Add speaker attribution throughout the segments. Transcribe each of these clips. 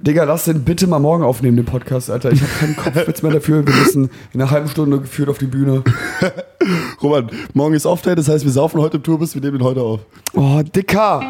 Speaker 1: Digga, lass den bitte mal morgen aufnehmen, den Podcast, Alter. Ich habe keinen Kopfwitz mehr dafür. Wir müssen in einer halben Stunde geführt auf die Bühne.
Speaker 2: Roman, morgen ist Off-Day, das heißt, wir saufen heute im Tour bis wir nehmen ihn heute auf.
Speaker 1: Oh, Dicker!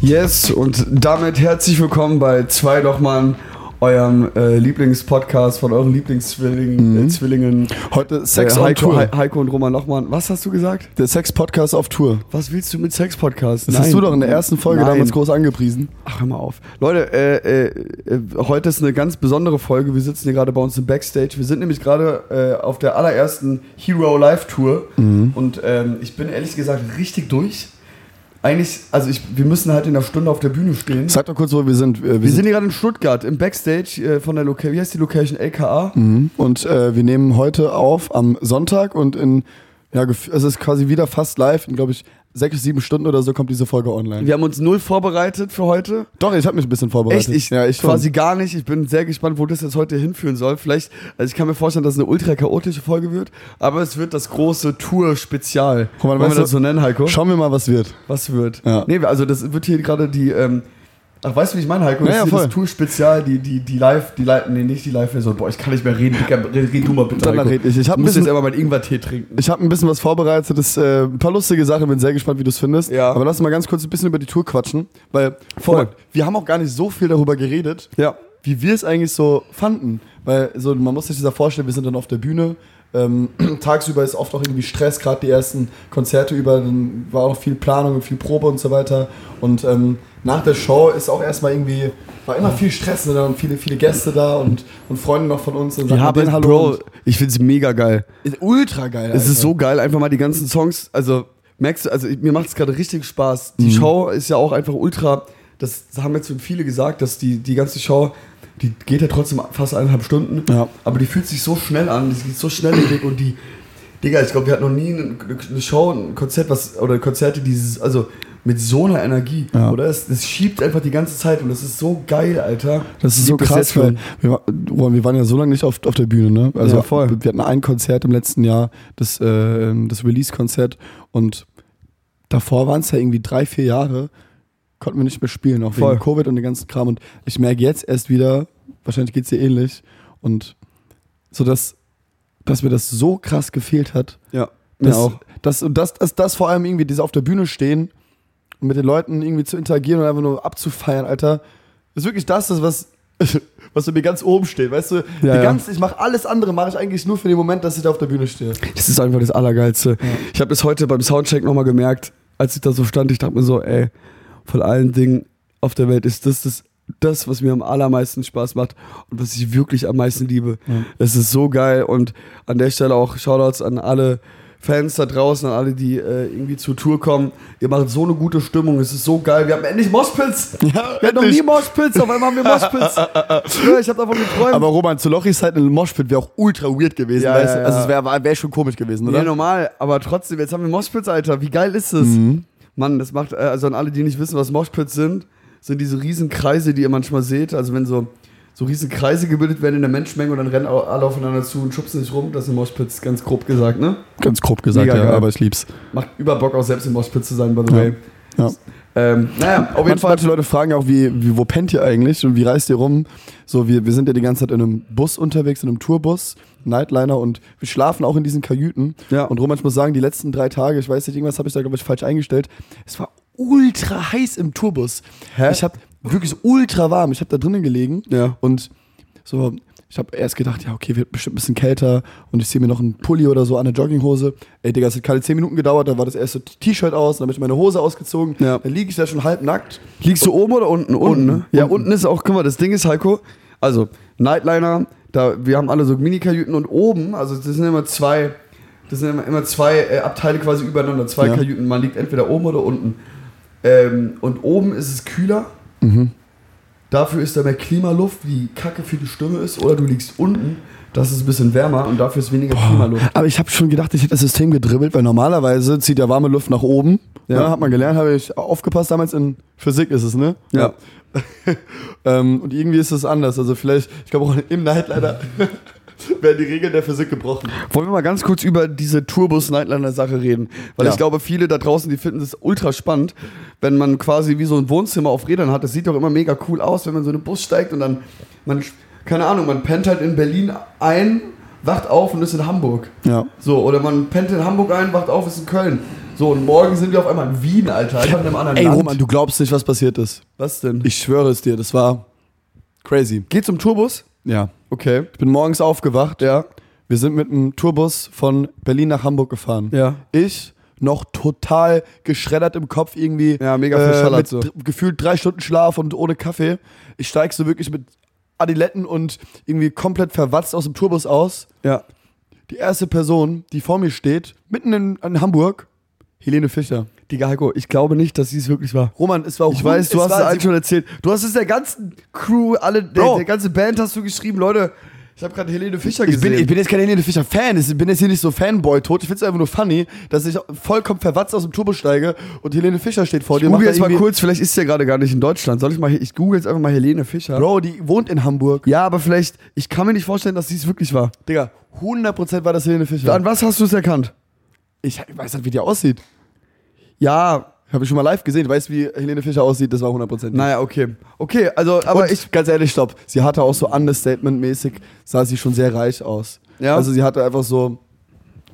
Speaker 1: Yes, und damit herzlich willkommen bei Zwei Dochmann, eurem äh, Lieblingspodcast von euren Lieblingszwillingen. Äh, Zwillingen.
Speaker 2: Heute
Speaker 1: Äh,
Speaker 2: Sex on
Speaker 1: Heiko,
Speaker 2: Tour.
Speaker 1: He- Heiko und Roman Lochmann. Was hast du gesagt?
Speaker 2: Der Sex-Podcast auf Tour.
Speaker 1: Was willst du mit Sex-Podcast?
Speaker 2: Das hast du doch in der ersten Folge
Speaker 1: Nein.
Speaker 2: damals groß angepriesen.
Speaker 1: Ach, hör mal auf. Leute, äh, äh, äh, heute ist eine ganz besondere Folge. Wir sitzen hier gerade bei uns im Backstage. Wir sind nämlich gerade äh, auf der allerersten Hero Live Tour.
Speaker 2: Mhm.
Speaker 1: Und ähm, ich bin ehrlich gesagt richtig durch. Eigentlich, also ich, wir müssen halt in einer Stunde auf der Bühne stehen.
Speaker 2: Sag doch kurz, wo wir sind. Äh, Wir,
Speaker 1: Wir sind hier gerade in Stuttgart im Backstage äh, von der Location. Wie heißt die Location? LKA.
Speaker 2: Mhm. und äh, wir nehmen heute auf am Sonntag und in, ja, gef- es ist quasi wieder fast live. In, glaube ich, sechs, sieben Stunden oder so kommt diese Folge online.
Speaker 1: Wir haben uns null vorbereitet für heute.
Speaker 2: Doch, ich habe mich ein bisschen vorbereitet.
Speaker 1: Echt? Ich,
Speaker 2: ja, ich
Speaker 1: quasi gar nicht. Ich bin sehr gespannt, wo das jetzt heute hinführen soll. Vielleicht, also ich kann mir vorstellen, dass es eine ultra chaotische Folge wird, aber es wird das große Tour-Spezial.
Speaker 2: Guck mal,
Speaker 1: Wollen
Speaker 2: weißt
Speaker 1: wir
Speaker 2: du-
Speaker 1: das so nennen, Heiko?
Speaker 2: schon. Schauen wir mal, was wird.
Speaker 1: Was wird?
Speaker 2: Ja.
Speaker 1: Nee, also das wird hier gerade die, ähm, ach, weißt du, wie ich meine, Heiko? Das
Speaker 2: Ja, ja,
Speaker 1: ist hier
Speaker 2: voll.
Speaker 1: das Tour-Spezial, die, die, die Live, die Live, nee, nicht die Live-Version. Boah, ich kann nicht mehr reden, Dicker, red, red du mal bitte,
Speaker 2: Dann
Speaker 1: Heiko.
Speaker 2: red ich. Ich hab ein
Speaker 1: muss
Speaker 2: bisschen-
Speaker 1: jetzt einmal meinen Ingwertee trinken.
Speaker 2: Ich habe ein bisschen was vorbereitet, das, äh, ein paar lustige Sachen, bin sehr gespannt, wie du es findest.
Speaker 1: Ja.
Speaker 2: Aber lass mal ganz kurz ein bisschen über die Tour quatschen, weil
Speaker 1: Voll.
Speaker 2: guck mal, wir haben auch gar nicht so viel darüber geredet,
Speaker 1: Ja.
Speaker 2: wie wir es eigentlich so fanden. Weil so, man muss sich das ja vorstellen, wir sind dann auf der Bühne. Ähm, tagsüber ist oft auch irgendwie Stress, gerade die ersten Konzerte über, dann war auch viel Planung und viel Probe und so weiter. Und ähm, nach der Show ist auch erstmal irgendwie, war immer viel Stress und dann viele, viele Gäste da und, und Freunde noch von uns. Und sagt
Speaker 1: Ja,
Speaker 2: man
Speaker 1: aber
Speaker 2: denen
Speaker 1: Bro, ich find's mega geil.
Speaker 2: und- ultra geil.
Speaker 1: Es ist so geil, einfach mal die ganzen Songs. Also, merkst du, also ich- mir macht es gerade richtig Spaß.
Speaker 2: Mhm.
Speaker 1: Die Show ist ja auch einfach ultra. Das haben jetzt schon viele gesagt, dass die, die ganze Show, die geht ja trotzdem fast eineinhalb Stunden.
Speaker 2: Ja.
Speaker 1: Aber die fühlt sich so schnell an, die geht so schnell den Weg und die. Digga, ich glaube, wir hatten noch nie eine, eine Show, ein Konzert, was, oder Konzerte, dieses, also mit so einer Energie,
Speaker 2: Ja.
Speaker 1: oder? Es, es schiebt einfach die ganze Zeit und das ist so geil, Alter.
Speaker 2: Das
Speaker 1: Ich
Speaker 2: ist so
Speaker 1: lieb
Speaker 2: krass,
Speaker 1: jetzt schon.
Speaker 2: weil wir, wa- Roman, wir waren ja so lange nicht auf, auf der Bühne, ne? Also
Speaker 1: Ja, voll.
Speaker 2: wir hatten ein Konzert im letzten Jahr, das, äh, das Release-Konzert und davor waren es ja irgendwie drei, vier Jahre, konnten wir nicht mehr spielen, auch
Speaker 1: Voll.
Speaker 2: wegen Covid und dem ganzen Kram. Und ich merke jetzt erst wieder, wahrscheinlich geht es dir ähnlich, und so dass, dass mir das so krass gefehlt hat.
Speaker 1: Ja, mir
Speaker 2: Dass,
Speaker 1: auch.
Speaker 2: Dass, und das, dass das vor allem irgendwie, diese auf der Bühne stehen und mit den Leuten irgendwie zu interagieren und einfach nur abzufeiern, Alter, ist wirklich das, das was, was bei mir ganz oben steht, weißt du? die
Speaker 1: ja.
Speaker 2: ganze, ich mache alles andere, mache ich eigentlich nur für den Moment, dass ich da auf der Bühne stehe.
Speaker 1: Das ist einfach das Allergeilste. Ich habe das heute beim Soundcheck nochmal gemerkt, als ich da so stand. Ich dachte mir so, ey, von allen Dingen auf der Welt ist das das, das was mir am allermeisten Spaß macht und was ich wirklich am meisten liebe. Es ist so geil und an der Stelle auch Shoutouts an alle Fans da draußen, an alle, die äh, irgendwie zur Tour kommen. Ihr macht so eine gute Stimmung, es ist so geil. Wir haben endlich Moshpits. wir hatten noch
Speaker 2: endlich.
Speaker 1: nie Moshpits, auf einmal haben wir Moshpits. ja, ich habe davon geträumt.
Speaker 2: Aber Roman, zu Lochis Zeit in Moshpit wäre auch ultra weird gewesen,
Speaker 1: Ja,
Speaker 2: weißt
Speaker 1: ja,
Speaker 2: du?
Speaker 1: ja.
Speaker 2: Also es wäre wär schon komisch gewesen,
Speaker 1: Ja,
Speaker 2: oder?
Speaker 1: normal, aber trotzdem, jetzt haben wir Moshpits, Alter. Wie geil ist es?
Speaker 2: Mhm.
Speaker 1: Mann, das macht, äh, also an alle, die nicht wissen, was Moshpits sind, sind diese riesen Kreise, die ihr manchmal seht. Also wenn so, so riesen Kreise gebildet werden in der Menschenmenge und dann rennen au- alle aufeinander zu und schubsen sich rum. Das sind Moshpits, ganz grob gesagt, ne?
Speaker 2: Ganz grob gesagt,
Speaker 1: Mega geil.
Speaker 2: ich lieb's.
Speaker 1: Macht über Bock auch selbst im Moshpit zu sein, by the way.
Speaker 2: Ja.
Speaker 1: Ähm, naja, auf
Speaker 2: Auf
Speaker 1: jeden
Speaker 2: manche,
Speaker 1: Fall.
Speaker 2: manche Leute fragen auch, wie, wie, wo pennt ihr eigentlich und wie reist ihr rum? So, wir, wir sind ja die ganze Zeit in einem Bus unterwegs, in einem Tourbus, Nightliner und wir schlafen auch in diesen Kajüten.
Speaker 1: Ja.
Speaker 2: Und Roman, ich muss sagen, die letzten drei Tage, ich weiß nicht, irgendwas habe ich da, glaube ich, falsch eingestellt. Es war ultra heiß im Tourbus.
Speaker 1: Hä?
Speaker 2: Ich habe wirklich ultra warm. Ich habe da drinnen gelegen
Speaker 1: Ja.
Speaker 2: und so, ich habe erst gedacht, ja, okay, wird bestimmt ein bisschen kälter und ich ziehe mir noch einen Pulli oder so an, eine Jogginghose. Ey, Digga, es hat keine 10 Minuten gedauert, da war das erste T-Shirt aus, dann habe ich meine Hose ausgezogen,
Speaker 1: Ja.
Speaker 2: dann liege ich da schon halb nackt.
Speaker 1: Liegst du oben oder unten? Unten, ne? Ja,
Speaker 2: Unten.
Speaker 1: unten ist auch, guck mal, das Ding ist, Heiko, also Nightliner, da, wir haben alle so Mini-Kajüten und oben, also das sind immer zwei, das sind immer, immer zwei äh, Abteile quasi übereinander, zwei
Speaker 2: Ja.
Speaker 1: Kajüten,
Speaker 2: Mhm.
Speaker 1: man liegt entweder oben oder unten. Ähm, und oben ist es kühler
Speaker 3: Dafür ist da mehr Klimaluft, die Kacke für die Stimme ist. Oder du liegst unten, das ist ein bisschen wärmer und dafür ist weniger Klimaluft.
Speaker 2: Aber ich habe schon gedacht, ich hätte das System gedribbelt, weil normalerweise zieht ja warme Luft nach oben. Ja.
Speaker 3: Ja.
Speaker 2: hat man gelernt, habe ich aufgepasst, damals in Physik ist es, ne?
Speaker 1: Ja.
Speaker 2: Ähm, und irgendwie ist es anders. Also vielleicht, ich glaube auch im Night leider werden die Regeln der Physik gebrochen.
Speaker 1: Wollen wir mal ganz kurz über diese Tourbus-Nightliner-Sache reden? Weil
Speaker 2: Ja.
Speaker 1: ich glaube, viele da draußen, die finden das ultra spannend, wenn man quasi wie so ein Wohnzimmer auf Rädern hat. Das sieht doch immer mega cool aus, wenn man so in den Bus steigt und dann, man, keine Ahnung, man pennt halt in Berlin ein, wacht auf und ist in Hamburg.
Speaker 2: Ja.
Speaker 1: So, oder man pennt in Hamburg ein, wacht auf, ist in Köln. So, und morgen sind wir auf einmal in Wien, Alter. Einfach in einem anderen
Speaker 2: Ey,
Speaker 1: Land.
Speaker 2: Roman, du glaubst nicht, was passiert ist.
Speaker 1: Was denn?
Speaker 2: Ich schwöre es dir, das war crazy.
Speaker 1: Geht's um Tourbus?
Speaker 2: Ja.
Speaker 1: Okay.
Speaker 2: Ich bin morgens aufgewacht.
Speaker 1: Ja.
Speaker 2: Wir sind mit einem Tourbus von Berlin nach Hamburg gefahren.
Speaker 1: Ja.
Speaker 2: Ich noch total geschreddert im Kopf irgendwie. äh,
Speaker 1: Ja, mega verschallert
Speaker 2: mit
Speaker 1: so.
Speaker 2: dr- Gefühlt drei Stunden Schlaf und ohne Kaffee. Ich steig so wirklich mit Adiletten und irgendwie komplett verwatzt aus dem Tourbus aus.
Speaker 1: Ja.
Speaker 2: Die erste Person, die vor mir steht, mitten in, in Hamburg, Helene Fischer.
Speaker 1: Digga, Heiko, ich glaube nicht, dass dies wirklich war.
Speaker 2: Roman, es war
Speaker 1: Ich weiß, du hast es allen
Speaker 2: schon.
Speaker 1: schon erzählt. Du hast es der ganzen Crew, alle, der,
Speaker 2: Bro.
Speaker 1: der ganze Band hast du geschrieben, Leute. Ich habe gerade Helene Fischer
Speaker 2: Ich
Speaker 1: gesehen.
Speaker 2: bin, ich bin jetzt kein Helene Fischer Fan, ich bin jetzt hier nicht so Fanboy tot. Ich find's einfach nur funny, dass ich vollkommen verwatzt aus dem Turbo steige und Helene Fischer steht vor dir.
Speaker 1: google
Speaker 2: macht
Speaker 1: jetzt
Speaker 2: da
Speaker 1: mal
Speaker 2: irgendwie-
Speaker 1: kurz, vielleicht ist sie ja gerade gar nicht in Deutschland. Soll ich mal, ich google jetzt einfach mal Helene Fischer.
Speaker 2: Bro, die wohnt in Hamburg.
Speaker 1: Ja, aber vielleicht, ich kann mir nicht vorstellen, dass dies wirklich war.
Speaker 2: Digga, 100% war das Helene Fischer.
Speaker 1: An was hast du es erkannt?
Speaker 2: ich weiß nicht, wie die aussieht.
Speaker 1: Ja,
Speaker 2: Habe ich schon mal live gesehen. Ich weiß, wie Helene Fischer aussieht. Das war 100%.
Speaker 1: naja, okay. Okay, also, aber
Speaker 2: und
Speaker 1: ich.
Speaker 2: ich, ganz ehrlich, stopp. Sie hatte auch so Understatement-mäßig, sah sie schon sehr reich aus.
Speaker 1: Ja?
Speaker 2: Also sie hatte einfach so,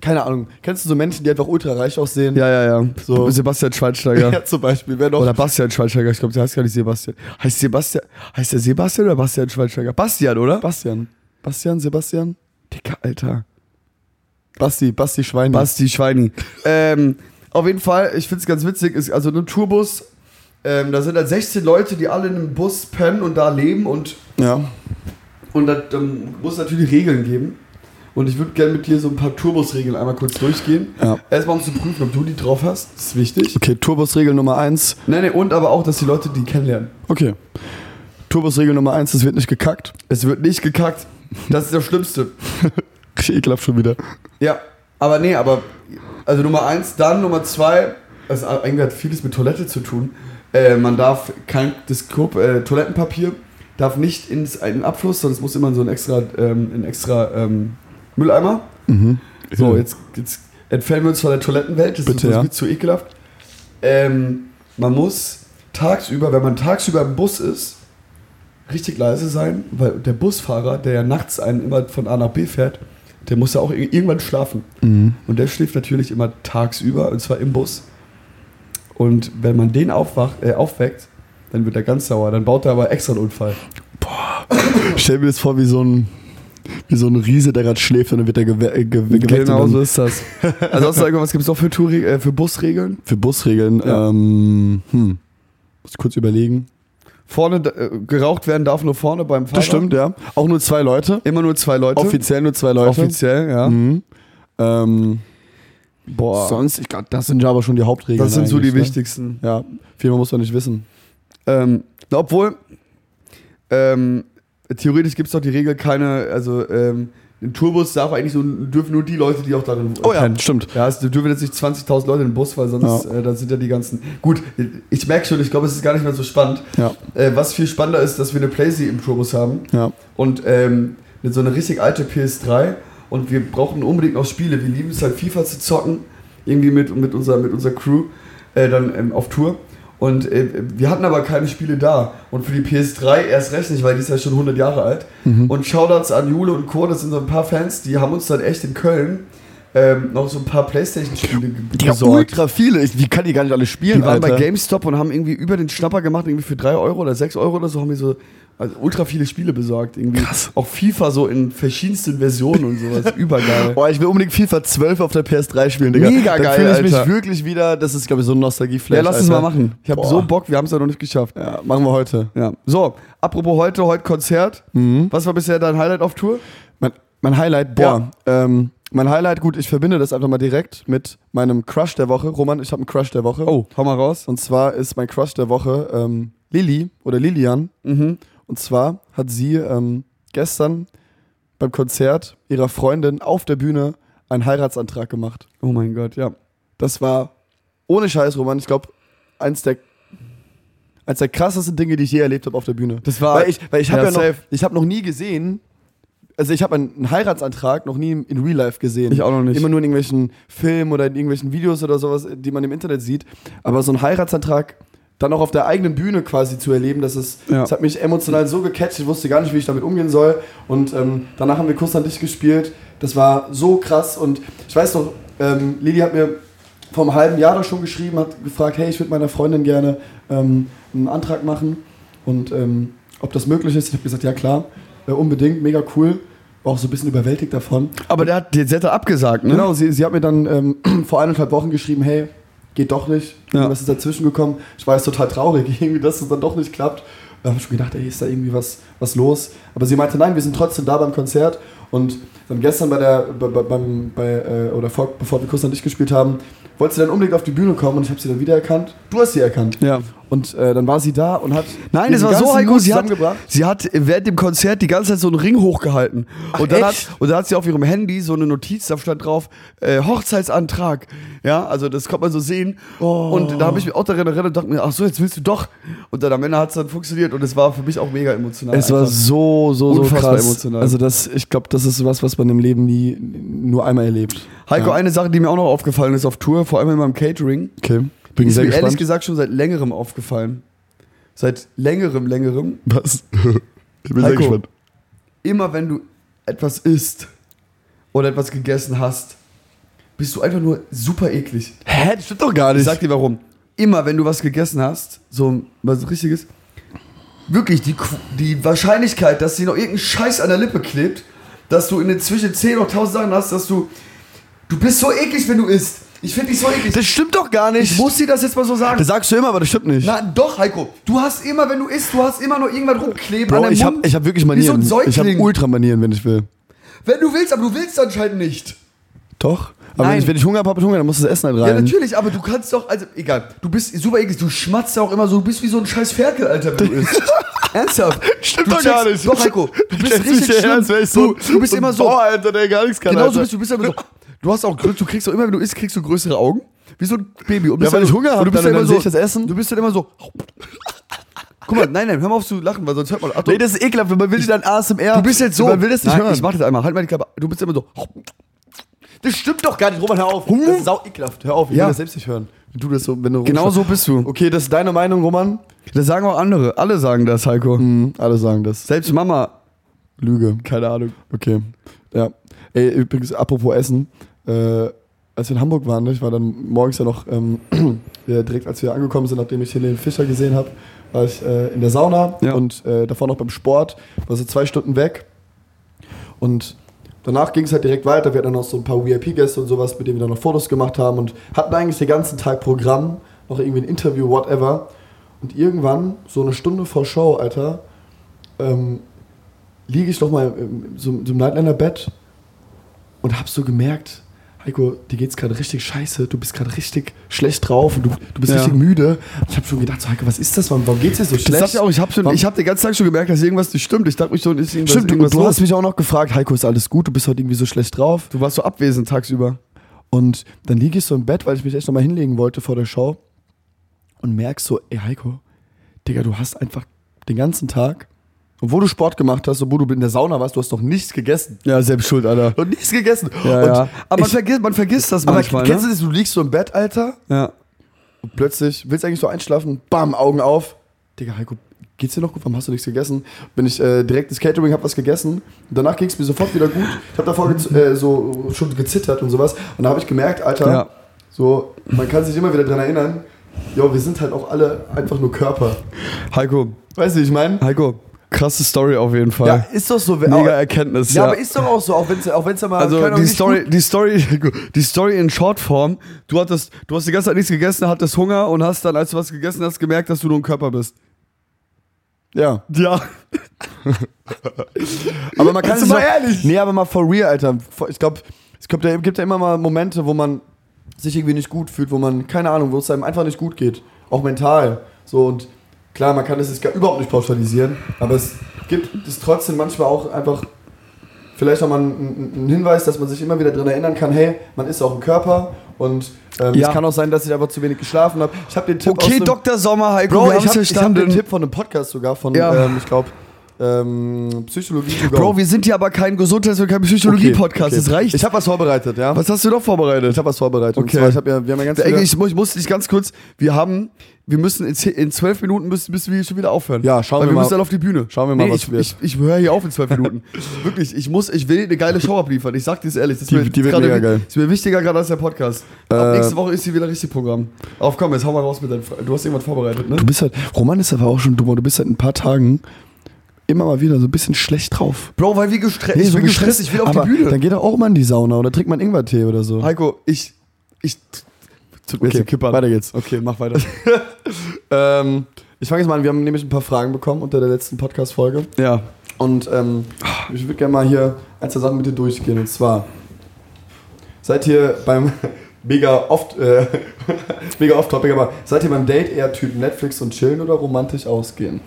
Speaker 2: keine Ahnung, kennst du so Menschen, die einfach ultra reich aussehen?
Speaker 1: Ja, ja, ja.
Speaker 2: So.
Speaker 1: Sebastian Schweinsteiger.
Speaker 2: Ja, zum Beispiel. Wer noch?
Speaker 1: Oder Bastian Schweinsteiger, ich glaube, der heißt gar nicht Sebastian. Heißt Sebastian, heißt der Sebastian oder Bastian Schweinsteiger? Bastian, oder?
Speaker 2: Bastian. Bastian, Sebastian?
Speaker 1: Dicker, Alter.
Speaker 2: Basti, Basti Schwein.
Speaker 1: Basti Schweini. ähm, auf jeden Fall, ich finde es ganz witzig, ist also ein Tourbus. Ähm, da sind halt 16 Leute, die alle in einem Bus pennen und da leben und,
Speaker 2: Ja.
Speaker 1: und da ähm, muss es natürlich Regeln geben. Und ich würde gerne mit dir so ein paar Tourbus-Regeln einmal kurz durchgehen.
Speaker 2: Ja.
Speaker 1: Erstmal um zu prüfen, ob du die drauf hast. Das ist wichtig.
Speaker 2: Okay, Turbusregel Nummer 1.
Speaker 1: Nein, nein, und aber auch, dass die Leute die kennenlernen.
Speaker 2: Okay. Turbusregel Nummer 1, es wird nicht gekackt.
Speaker 1: Es wird nicht gekackt. Das ist das Schlimmste.
Speaker 2: Ich ekelhaft schon wieder.
Speaker 1: Ja, aber nee, aber also Nummer eins, dann Nummer zwei, also eigentlich hat vieles mit Toilette zu tun. Äh, man darf kein das Kop äh, Toilettenpapier darf nicht ins in den Abfluss, sondern es muss immer in so ein extra ähm, in extra ähm, Mülleimer.
Speaker 2: Mhm.
Speaker 1: So, jetzt, jetzt entfernen wir uns von der Toilettenwelt, das
Speaker 2: Bitte,
Speaker 1: ist
Speaker 2: ja.
Speaker 1: uns zu ekelhaft. Ähm, man muss tagsüber, wenn man tagsüber im Bus ist, richtig leise sein, weil der Busfahrer, der ja nachts einen immer von A nach B fährt, der muss ja auch ir- irgendwann schlafen. Und der schläft natürlich immer tagsüber, und zwar im Bus. Und wenn man den aufwacht, äh, aufweckt, dann wird er ganz sauer. Dann baut er aber extra einen Unfall.
Speaker 2: Stell mir das vor, wie so ein, wie so ein Riese, der gerade schläft und dann wird er gewe äh, ge geweckt. und dann-
Speaker 1: Genau ist das. Also hast du irgendwas, gibt es noch für, Tour äh, für Busregeln?
Speaker 2: Für Busregeln,
Speaker 1: Ja.
Speaker 2: ähm, hm. Muss ich kurz überlegen.
Speaker 1: Vorne, äh, geraucht werden darf nur vorne beim Fahrer.
Speaker 2: Das stimmt, ja. Auch nur zwei Leute.
Speaker 1: Immer nur zwei Leute.
Speaker 2: Offiziell nur zwei Leute.
Speaker 1: Offiziell, ja.
Speaker 2: Mhm. Ähm,
Speaker 1: Boah.
Speaker 2: sonst, ich glaube, das sind ja aber schon die Hauptregeln.
Speaker 1: das sind so die
Speaker 2: eigentlich, ne?
Speaker 1: wichtigsten.
Speaker 2: Ja, viel mehr muss man nicht wissen.
Speaker 1: Ähm, na, obwohl, ähm, theoretisch gibt es doch die Regel, keine, also ähm, ein Tourbus darf eigentlich so, dürfen nur die Leute, die auch darin
Speaker 2: Oh ja,
Speaker 1: pennen.
Speaker 2: stimmt.
Speaker 1: Ja, es dürfen jetzt nicht 20.000 Leute in den Bus, weil sonst äh, dann sind ja die ganzen. Gut, ich merke schon, ich glaube, es ist gar nicht mehr so spannend.
Speaker 2: Ja,
Speaker 1: Äh, was viel spannender ist, dass wir eine Playsee im Tourbus haben.
Speaker 2: ja.
Speaker 1: und ähm, mit so einer richtig alte PS3 und wir brauchen unbedingt noch Spiele. Wir lieben es halt FIFA zu zocken, irgendwie mit, mit, unserer, mit unserer Crew äh, dann ähm, auf Tour. Und äh, wir hatten aber keine Spiele da. Und für die PS3 erst recht nicht, weil die ist ja schon 100 Jahre alt.
Speaker 2: Mhm.
Speaker 1: Und Shoutouts an Jule und Co., das sind so ein paar Fans, die haben uns dann echt in Köln ähm, noch so ein paar Playstation-Spiele ge-
Speaker 2: Die haben
Speaker 1: besorgt.
Speaker 2: ultra viele. Ich, die kann die gar nicht alle spielen.
Speaker 1: Die waren
Speaker 2: Alter.
Speaker 1: bei GameStop und haben irgendwie über den Schnapper gemacht, irgendwie für 3 Euro oder 6 Euro oder so, haben die so also ultra viele Spiele besorgt. Irgendwie.
Speaker 2: Krass.
Speaker 1: Auch FIFA so in verschiedensten Versionen und sowas. Übergeil.
Speaker 2: Boah, ich will unbedingt FIFA 12 auf der PS3 spielen, Digga.
Speaker 1: Mega
Speaker 2: Dann
Speaker 1: geil,
Speaker 2: fühle ich mich
Speaker 1: Alter.
Speaker 2: wirklich wieder. Das ist, glaube ich, so ein Nostalgie-Flash.
Speaker 1: Ja, lass es mal
Speaker 2: Alter.
Speaker 1: machen. Ich habe
Speaker 2: Boah.
Speaker 1: so Bock, wir haben es ja noch nicht geschafft.
Speaker 2: Ja, machen wir heute.
Speaker 1: Ja. So, apropos heute, heute Konzert.
Speaker 2: Mhm.
Speaker 1: Was war bisher dein Highlight auf Tour?
Speaker 2: Mein, mein Highlight, boah. Ähm, mein Highlight, gut, ich verbinde das einfach mal direkt mit
Speaker 1: Oh.
Speaker 2: meinem Crush der Woche. Roman, ich habe einen Crush der Woche.
Speaker 1: hau mal raus.
Speaker 2: Und zwar ist mein Crush der Woche ähm, Lilly oder Lilian.
Speaker 1: Mhm.
Speaker 2: Und zwar hat sie ähm, gestern beim Konzert ihrer Freundin auf der Bühne einen Heiratsantrag gemacht.
Speaker 1: Oh mein Gott, ja.
Speaker 2: Das war ohne Scheiß, Roman, ich glaube, eins der eins der krassesten Dinge, die ich je erlebt habe auf der Bühne.
Speaker 1: Das war-
Speaker 2: weil ich, weil ich habe
Speaker 1: ja,
Speaker 2: ja, noch,
Speaker 1: safe.
Speaker 2: ich habe noch nie gesehen, also ich habe einen Heiratsantrag noch nie in Real Life gesehen.
Speaker 1: Ich auch noch nicht.
Speaker 2: Immer nur in irgendwelchen Filmen oder in irgendwelchen Videos oder sowas, die man im Internet sieht. Aber so einen Heiratsantrag dann auch auf der eigenen Bühne quasi zu erleben, das ist,
Speaker 1: Ja.
Speaker 2: das hat mich emotional so gecatcht. Ich wusste gar nicht, wie ich damit umgehen soll. Und ähm, danach haben wir Kuss an dich gespielt. Das war so krass. Und ich weiß noch, ähm, Lili hat mir vor einem halben Jahr doch schon geschrieben, hat gefragt, hey, ich würde meiner Freundin gerne ähm, einen Antrag machen und ähm, ob das möglich ist. Ich habe gesagt, ja klar, äh, unbedingt, mega cool. War auch so ein bisschen überwältigt davon.
Speaker 1: Aber der hat, der hat abgesagt, ne?
Speaker 2: Genau, sie, sie hat mir dann ähm, vor eineinhalb Wochen geschrieben, hey, geht doch nicht.
Speaker 1: Ja.
Speaker 2: Was ist dazwischen gekommen? Ich war jetzt total traurig, irgendwie, dass es dann doch nicht klappt. Da habe ich schon gedacht, ey, ist da irgendwie was, was los? Aber sie meinte, nein, wir sind trotzdem da beim Konzert. Und dann gestern bei der, bei, bei- beim, bei, äh, oder vor, bevor wir Kuss an dich gespielt haben, wollte sie dann unbedingt auf die Bühne kommen und ich habe sie dann wieder erkannt. Du hast sie erkannt.
Speaker 1: Ja.
Speaker 2: Und äh, dann war sie da und hat.
Speaker 1: Nein, das
Speaker 2: ihren
Speaker 1: war so
Speaker 2: ganzen
Speaker 1: Heiko,
Speaker 2: Mut
Speaker 1: sie hat,
Speaker 2: zusammengebracht.
Speaker 1: sie hat während dem Konzert die ganze Zeit so einen Ring hochgehalten. und, dann hat,
Speaker 2: echt?
Speaker 1: und dann hat sie auf ihrem Handy so eine Notiz, da stand drauf, äh, Hochzeitsantrag. Ja, also das konnte man so sehen.
Speaker 2: Oh.
Speaker 1: Und da habe ich mich auch daran erinnert und dachte mir, ach so, jetzt willst du doch. Und dann am Ende hat es dann funktioniert und es war für mich auch mega emotional. Also,
Speaker 2: Es war
Speaker 1: einfach.
Speaker 2: so, so, so
Speaker 1: Unfassbar
Speaker 2: krass.
Speaker 1: emotional.
Speaker 2: Also das, ich glaube, das ist was, was man im Leben nie nur einmal erlebt.
Speaker 1: Heiko, eine Sache, die mir auch noch aufgefallen ist auf Tour, vor allem in meinem Catering,
Speaker 2: Okay. Bin
Speaker 1: ist
Speaker 2: sehr
Speaker 1: mir ehrlich
Speaker 2: gespannt.
Speaker 1: gesagt schon seit längerem aufgefallen. Seit längerem, längerem.
Speaker 2: Was? Ich bin
Speaker 1: Heiko, Immer wenn du etwas isst oder etwas gegessen hast, bist du einfach nur super eklig.
Speaker 2: Hä? Das stimmt doch gar
Speaker 1: Ich
Speaker 2: nicht.
Speaker 1: sag dir warum. Immer wenn du was gegessen hast, so was richtiges, wirklich die, Qu- die Wahrscheinlichkeit, dass dir noch irgendein Scheiß an der Lippe klebt, dass du in den zwischen 10 und 1000 Sachen hast, dass du du bist so eklig, wenn du isst. Ich finde dich so eklig.
Speaker 2: das stimmt doch gar nicht.
Speaker 1: Ich muss dir das jetzt mal so sagen.
Speaker 2: das sagst du immer, aber das stimmt nicht.
Speaker 1: Na doch, Heiko. Du hast immer, wenn du isst, du hast immer noch irgendwas rumkleben an
Speaker 2: Bro,
Speaker 1: deinem
Speaker 2: ich habe
Speaker 1: Mund.
Speaker 2: ich hab wirklich
Speaker 1: Wie so
Speaker 2: Manieren.
Speaker 1: ein
Speaker 2: ich habe
Speaker 1: Säugling.
Speaker 2: Ultramanieren, wenn ich will.
Speaker 1: wenn du willst, aber du willst anscheinend nicht.
Speaker 2: Doch. Aber wenn
Speaker 1: Nein.
Speaker 2: ich, wenn ich Hunger habe, hab ich Hunger, dann muss das Essen halt rein.
Speaker 1: Ja, natürlich, aber du kannst doch, also egal, du bist super eklig, du schmatzt auch immer so, du bist wie so ein scheiß Ferkel, Alter, wenn du isst. Ernsthaft?
Speaker 2: Stimmt
Speaker 1: du
Speaker 2: doch gar
Speaker 1: checkst-
Speaker 2: nicht.
Speaker 1: Doch, Heiko, du bist
Speaker 2: Stellst mich
Speaker 1: richtig
Speaker 2: her,
Speaker 1: schlimm.
Speaker 2: als wär ich
Speaker 1: du, du bist
Speaker 2: ein
Speaker 1: immer so,
Speaker 2: Bauer, Alter, der gar nichts kann.
Speaker 1: genau so
Speaker 2: Alter.
Speaker 1: bist du, du bist immer so, du hast auch, du kriegst auch immer, wenn du isst, kriegst du größere Augen, wie so ein Baby. Und
Speaker 2: Ja,
Speaker 1: bist
Speaker 2: weil
Speaker 1: dann
Speaker 2: ich
Speaker 1: so-
Speaker 2: Hunger
Speaker 1: und
Speaker 2: hab,
Speaker 1: du bist
Speaker 2: dann- dann
Speaker 1: immer
Speaker 2: seh
Speaker 1: so,
Speaker 2: ich das Essen.
Speaker 1: Du bist dann immer so, guck mal, nein, nein, hör mal auf zu lachen, weil sonst hört man, Achtung,
Speaker 2: Nee, das ist ekelhaft, wenn man will, dann ASMR.
Speaker 1: Du bist jetzt so.
Speaker 2: Man will das nicht
Speaker 1: Nein,
Speaker 2: hören.
Speaker 1: Ich mach das einmal. Halt mal die Klappe. Du bist immer so.
Speaker 2: Das stimmt doch gar nicht, Roman, hör auf. Das ist sau ekelhaft. Hör auf, ich
Speaker 1: Ja.
Speaker 2: will das selbst nicht hören. Wenn du das so, wenn du
Speaker 1: Genau so bist du.
Speaker 2: Okay, das ist deine Meinung, Roman?
Speaker 1: Das sagen auch andere. Alle sagen das, Heiko.
Speaker 2: Hm, alle sagen das.
Speaker 1: Selbst Mama.
Speaker 2: Lüge.
Speaker 1: Keine Ahnung.
Speaker 2: Okay. Ja. Ey, übrigens, apropos Essen. Äh, als wir in Hamburg waren, ne, ich war dann morgens ja noch, ähm, ja, direkt als wir angekommen sind, nachdem ich Helene Fischer gesehen habe, war ich äh, in der Sauna
Speaker 1: Ja.
Speaker 2: und äh, davor noch beim Sport. War so zwei Stunden weg. Und danach ging es halt direkt weiter. Wir hatten dann noch so ein paar VIP-Gäste und sowas, mit denen wir dann noch Fotos gemacht haben und hatten eigentlich den ganzen Tag Programm, noch irgendwie ein Interview, whatever. Und irgendwann, so eine Stunde vor Show, Alter, ähm, liege ich noch mal im, so, so im Nightliner-Bett und hab so gemerkt, Heiko, dir geht's gerade richtig scheiße, du bist gerade richtig schlecht drauf und du, du bist
Speaker 1: Ja.
Speaker 2: richtig müde. Und ich habe schon gedacht, so, Heiko, was ist das? Warum, warum geht's dir so
Speaker 1: Das
Speaker 2: schlecht?
Speaker 1: sagt ja auch, ich habe schon, ich habe den ganzen Tag schon gemerkt, dass irgendwas nicht stimmt. Ich dachte mich so, ist irgendwas,
Speaker 2: Stimmt, du,
Speaker 1: irgendwas
Speaker 2: du hast
Speaker 1: los.
Speaker 2: mich auch noch gefragt, Heiko, ist alles gut? Du bist heute irgendwie so schlecht drauf.
Speaker 1: Du warst so abwesend tagsüber.
Speaker 2: Und dann liege ich so im Bett, weil ich mich echt nochmal hinlegen wollte vor der Show und merk so, ey Heiko, Digga, du hast einfach den ganzen Tag, obwohl du Sport gemacht hast, obwohl du in der Sauna warst, du hast noch nichts gegessen.
Speaker 1: Ja, selbst schuld, Alter.
Speaker 2: Noch nichts gegessen.
Speaker 1: Ja,
Speaker 2: und
Speaker 1: ja. Aber man,
Speaker 2: ich,
Speaker 1: vergisst, man vergisst das
Speaker 2: aber
Speaker 1: manchmal.
Speaker 2: kennst du
Speaker 1: ne?
Speaker 2: das, du liegst so im Bett, Alter,
Speaker 1: Ja.
Speaker 2: und plötzlich willst eigentlich so einschlafen, bam, Augen auf. Digga, Heiko, geht's dir noch gut? Warum hast du nichts gegessen? Bin ich äh, direkt ins Catering, hab was gegessen. Danach ging's mir sofort wieder gut. Ich hab davor gez- äh, so schon gezittert und sowas. Und da habe ich gemerkt, Alter,
Speaker 1: Ja.
Speaker 2: so, man kann sich immer wieder dran erinnern, jo, wir sind halt auch alle einfach nur Körper.
Speaker 1: Heiko,
Speaker 2: Weißt du, wie ich meine?
Speaker 1: Heiko, krasse Story auf jeden Fall.
Speaker 2: Ja, ist doch so. wenn-
Speaker 1: Mega
Speaker 2: aber-
Speaker 1: Erkenntnis.
Speaker 2: ja, aber ist doch auch so, auch wenn es auch wenn's ja mal
Speaker 1: Also
Speaker 2: keine Ahnung,
Speaker 1: die
Speaker 2: nicht
Speaker 1: Story, die Story, die Story in Shortform. Du hattest, du hast die ganze Zeit nichts gegessen, hattest Hunger und hast dann, als du was gegessen hast, gemerkt, dass du nur ein Körper bist.
Speaker 2: Ja.
Speaker 1: Ja.
Speaker 2: Aber man kann
Speaker 1: Also
Speaker 2: sich
Speaker 1: mal
Speaker 2: auch-
Speaker 1: ehrlich.
Speaker 2: Nee, aber mal for real, Alter. For- Ich glaube, es gibt ja, gibt ja immer mal Momente, wo man sich irgendwie nicht gut fühlt, wo man, keine Ahnung, wo es einem einfach nicht gut geht. Auch mental. So und Klar, man kann das jetzt gar überhaupt nicht pauschalisieren, aber es gibt es trotzdem manchmal auch einfach vielleicht nochmal einen, einen Hinweis, dass man sich immer wieder daran erinnern kann, hey, man ist auch ein Körper und ähm,
Speaker 1: Ja.
Speaker 2: es kann auch sein, dass ich einfach zu wenig geschlafen habe. Ich habe den Tipp aus
Speaker 1: Okay,
Speaker 2: einem-
Speaker 1: Dr. Sommer, Heiko,
Speaker 2: Bro,
Speaker 1: wir
Speaker 2: ich
Speaker 1: haben's
Speaker 2: habe hab den
Speaker 1: verstanden.
Speaker 2: Tipp von einem Podcast sogar von,
Speaker 1: Ja.
Speaker 2: ähm, ich glaube, ähm, Psychologie. to go.
Speaker 1: Bro, wir sind hier aber kein Gesundheits- und kein Psychologie-Podcast,
Speaker 2: Okay, okay.
Speaker 1: das reicht.
Speaker 2: Ich habe was vorbereitet, ja.
Speaker 1: Was hast du noch vorbereitet?
Speaker 2: Ich habe was vorbereitet. Und
Speaker 1: Okay.
Speaker 2: zwar, ich hab ja, wir haben ja ganz
Speaker 1: Ey,
Speaker 2: viele-
Speaker 1: ich, muss- ich muss dich ganz kurz, wir haben, wir müssen in, zehn- in zwölf Minuten müssen, müssen wir schon wieder aufhören.
Speaker 2: Ja, schauen
Speaker 1: Weil
Speaker 2: wir
Speaker 1: wir
Speaker 2: mal.
Speaker 1: müssen dann auf die Bühne.
Speaker 2: Schauen wir mal, was
Speaker 1: ich,
Speaker 2: wird.
Speaker 1: Ich, ich höre hier auf in zwölf Minuten. Wirklich, ich muss, ich will eine geile Show abliefern. Ich sag dir es ehrlich. Das
Speaker 2: Die-
Speaker 1: ist mir
Speaker 2: die wird
Speaker 1: gerade
Speaker 2: mega
Speaker 1: wi-
Speaker 2: geil.
Speaker 1: Ist mir wichtiger gerade als der Podcast. Ab
Speaker 2: Äh,
Speaker 1: nächste Woche ist hier wieder richtig Programm. Auf, komm, jetzt hau mal raus mit deinem, Fra- du hast irgendwas vorbereitet, ne?
Speaker 2: Du bist halt, Roman ist aber auch schon dummer, du bist seit ein paar Tagen immer mal wieder so ein bisschen schlecht drauf.
Speaker 1: Bro, weil wir gestresst, ich bin gestresst, ich will auf
Speaker 2: aber
Speaker 1: die Bühne.
Speaker 2: Dann geht er auch mal in die Sauna oder trinkt mal einen Ingwertee oder so.
Speaker 1: Heiko, ich, ich, tut mir
Speaker 2: Okay,
Speaker 1: jetzt die Kippe an.
Speaker 2: weiter geht's.
Speaker 1: Okay, mach weiter.
Speaker 2: Ähm, ich fange jetzt mal an, wir haben nämlich ein paar Fragen bekommen unter der letzten Podcast-Folge.
Speaker 1: ja.
Speaker 2: Und ähm, ich würde gerne mal hier ein, zwei Sachen mit dir durchgehen. Und zwar, seid ihr beim mega oft, äh, mega oft Topic, aber seid ihr beim Date eher Typ Netflix und chillen oder romantisch ausgehen?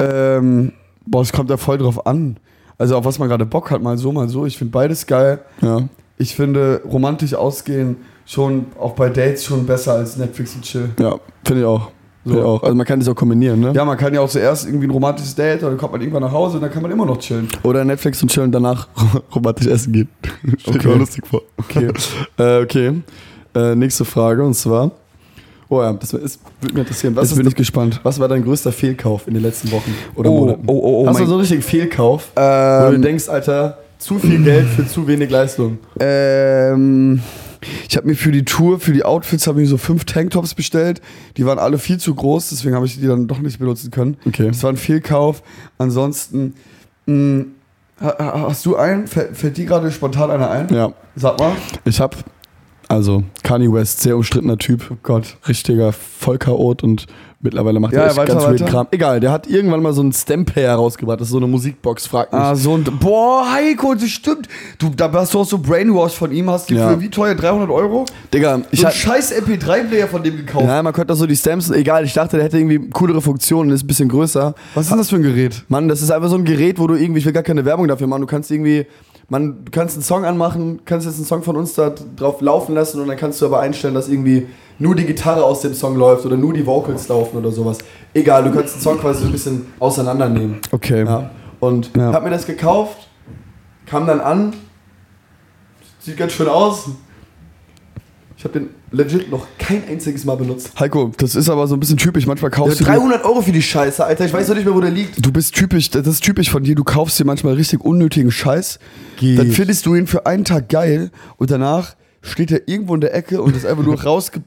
Speaker 1: Ähm, boah, es kommt da voll drauf an. Also auf was man gerade Bock hat, mal so, mal so. Ich finde beides geil.
Speaker 2: Ja.
Speaker 1: Ich finde romantisch ausgehen schon auch bei Dates schon besser als Netflix und Chill.
Speaker 2: Ja, finde ich auch.
Speaker 1: Finde ich auch.
Speaker 2: Also man kann das auch kombinieren, ne?
Speaker 1: Ja, man kann ja auch zuerst irgendwie ein romantisches Date oder dann kommt man irgendwann nach Hause und dann kann man immer noch chillen.
Speaker 2: Oder Netflix und chillen und danach romantisch essen gehen.
Speaker 1: Okay.
Speaker 2: Stell
Speaker 1: Oh,
Speaker 2: okay. mir lustig vor. Okay. äh, okay. Äh, nächste Frage und zwar. Oh ja, das ist, würde mich interessieren. Was,
Speaker 1: Jetzt
Speaker 2: ist,
Speaker 1: bin ich gespannt.
Speaker 2: was war dein größter Fehlkauf in den letzten Wochen oder
Speaker 1: oh,
Speaker 2: Monaten?
Speaker 1: oh, oh, oh,
Speaker 2: Hast du
Speaker 1: mein,
Speaker 2: so einen richtigen Fehlkauf, wo du
Speaker 1: ähm,
Speaker 2: denkst, Alter, zu viel Geld für zu wenig Leistung?
Speaker 1: ähm, ich habe mir für die Tour, für die Outfits, habe ich mir so fünf Tanktops bestellt. Die waren alle viel zu groß, deswegen habe ich die dann doch nicht benutzen können.
Speaker 2: Okay.
Speaker 1: Das war ein Fehlkauf. Ansonsten, mh, ha- ha- hast du einen? Fällt, fällt dir gerade spontan einer ein?
Speaker 2: Ja,
Speaker 1: Sag mal.
Speaker 2: ich habe also Kanye West, sehr umstrittener Typ. Oh Gott. Richtiger Vollchaot und mittlerweile macht
Speaker 1: Ja,
Speaker 2: er echt
Speaker 1: weiter,
Speaker 2: ganz
Speaker 1: weiter.
Speaker 2: weirden Kram. Egal, der hat irgendwann mal so einen Stamp-Player rausgebracht. Das ist so eine Musikbox, frag mich.
Speaker 1: Ah, so ein. Boah, Heiko, das stimmt. Du, da hast du auch so brainwashed von ihm, hast die
Speaker 2: Ja.
Speaker 1: für wie teuer? 300 Euro?
Speaker 2: Digga,
Speaker 1: So
Speaker 2: ich
Speaker 1: einen
Speaker 2: hab-
Speaker 1: scheiß MP3-Player von dem gekauft.
Speaker 2: Ja, man könnte auch so die Stamps, egal, ich dachte, der hätte irgendwie coolere Funktionen, ist ein bisschen größer.
Speaker 1: Was ist denn das für ein Gerät?
Speaker 2: Mann, das ist einfach so ein Gerät, wo du irgendwie, ich will gar keine Werbung dafür machen, du kannst irgendwie, man, du kannst einen Song anmachen, kannst jetzt einen Song von uns da drauf laufen lassen und dann kannst du aber einstellen, dass irgendwie nur die Gitarre aus dem Song läuft oder nur die Vocals laufen oder sowas. Egal, du kannst den Song quasi so ein bisschen auseinandernehmen.
Speaker 1: Okay.
Speaker 2: Ja. Und
Speaker 1: Ja.
Speaker 2: hab mir das gekauft, kam dann an, sieht ganz schön aus. Ich habe den legit noch kein einziges Mal benutzt.
Speaker 1: Heiko, das ist aber so ein bisschen typisch. Manchmal
Speaker 2: Ja,
Speaker 1: kaufst du. dir-
Speaker 2: 300 Euro für die Scheiße, Alter. Ich weiß noch nicht mehr, wo der liegt.
Speaker 1: Du bist typisch, das ist typisch von dir. Du kaufst dir manchmal richtig unnötigen Scheiß. Dann findest du ihn für einen Tag geil und danach steht er irgendwo in der Ecke und ist einfach nur rausge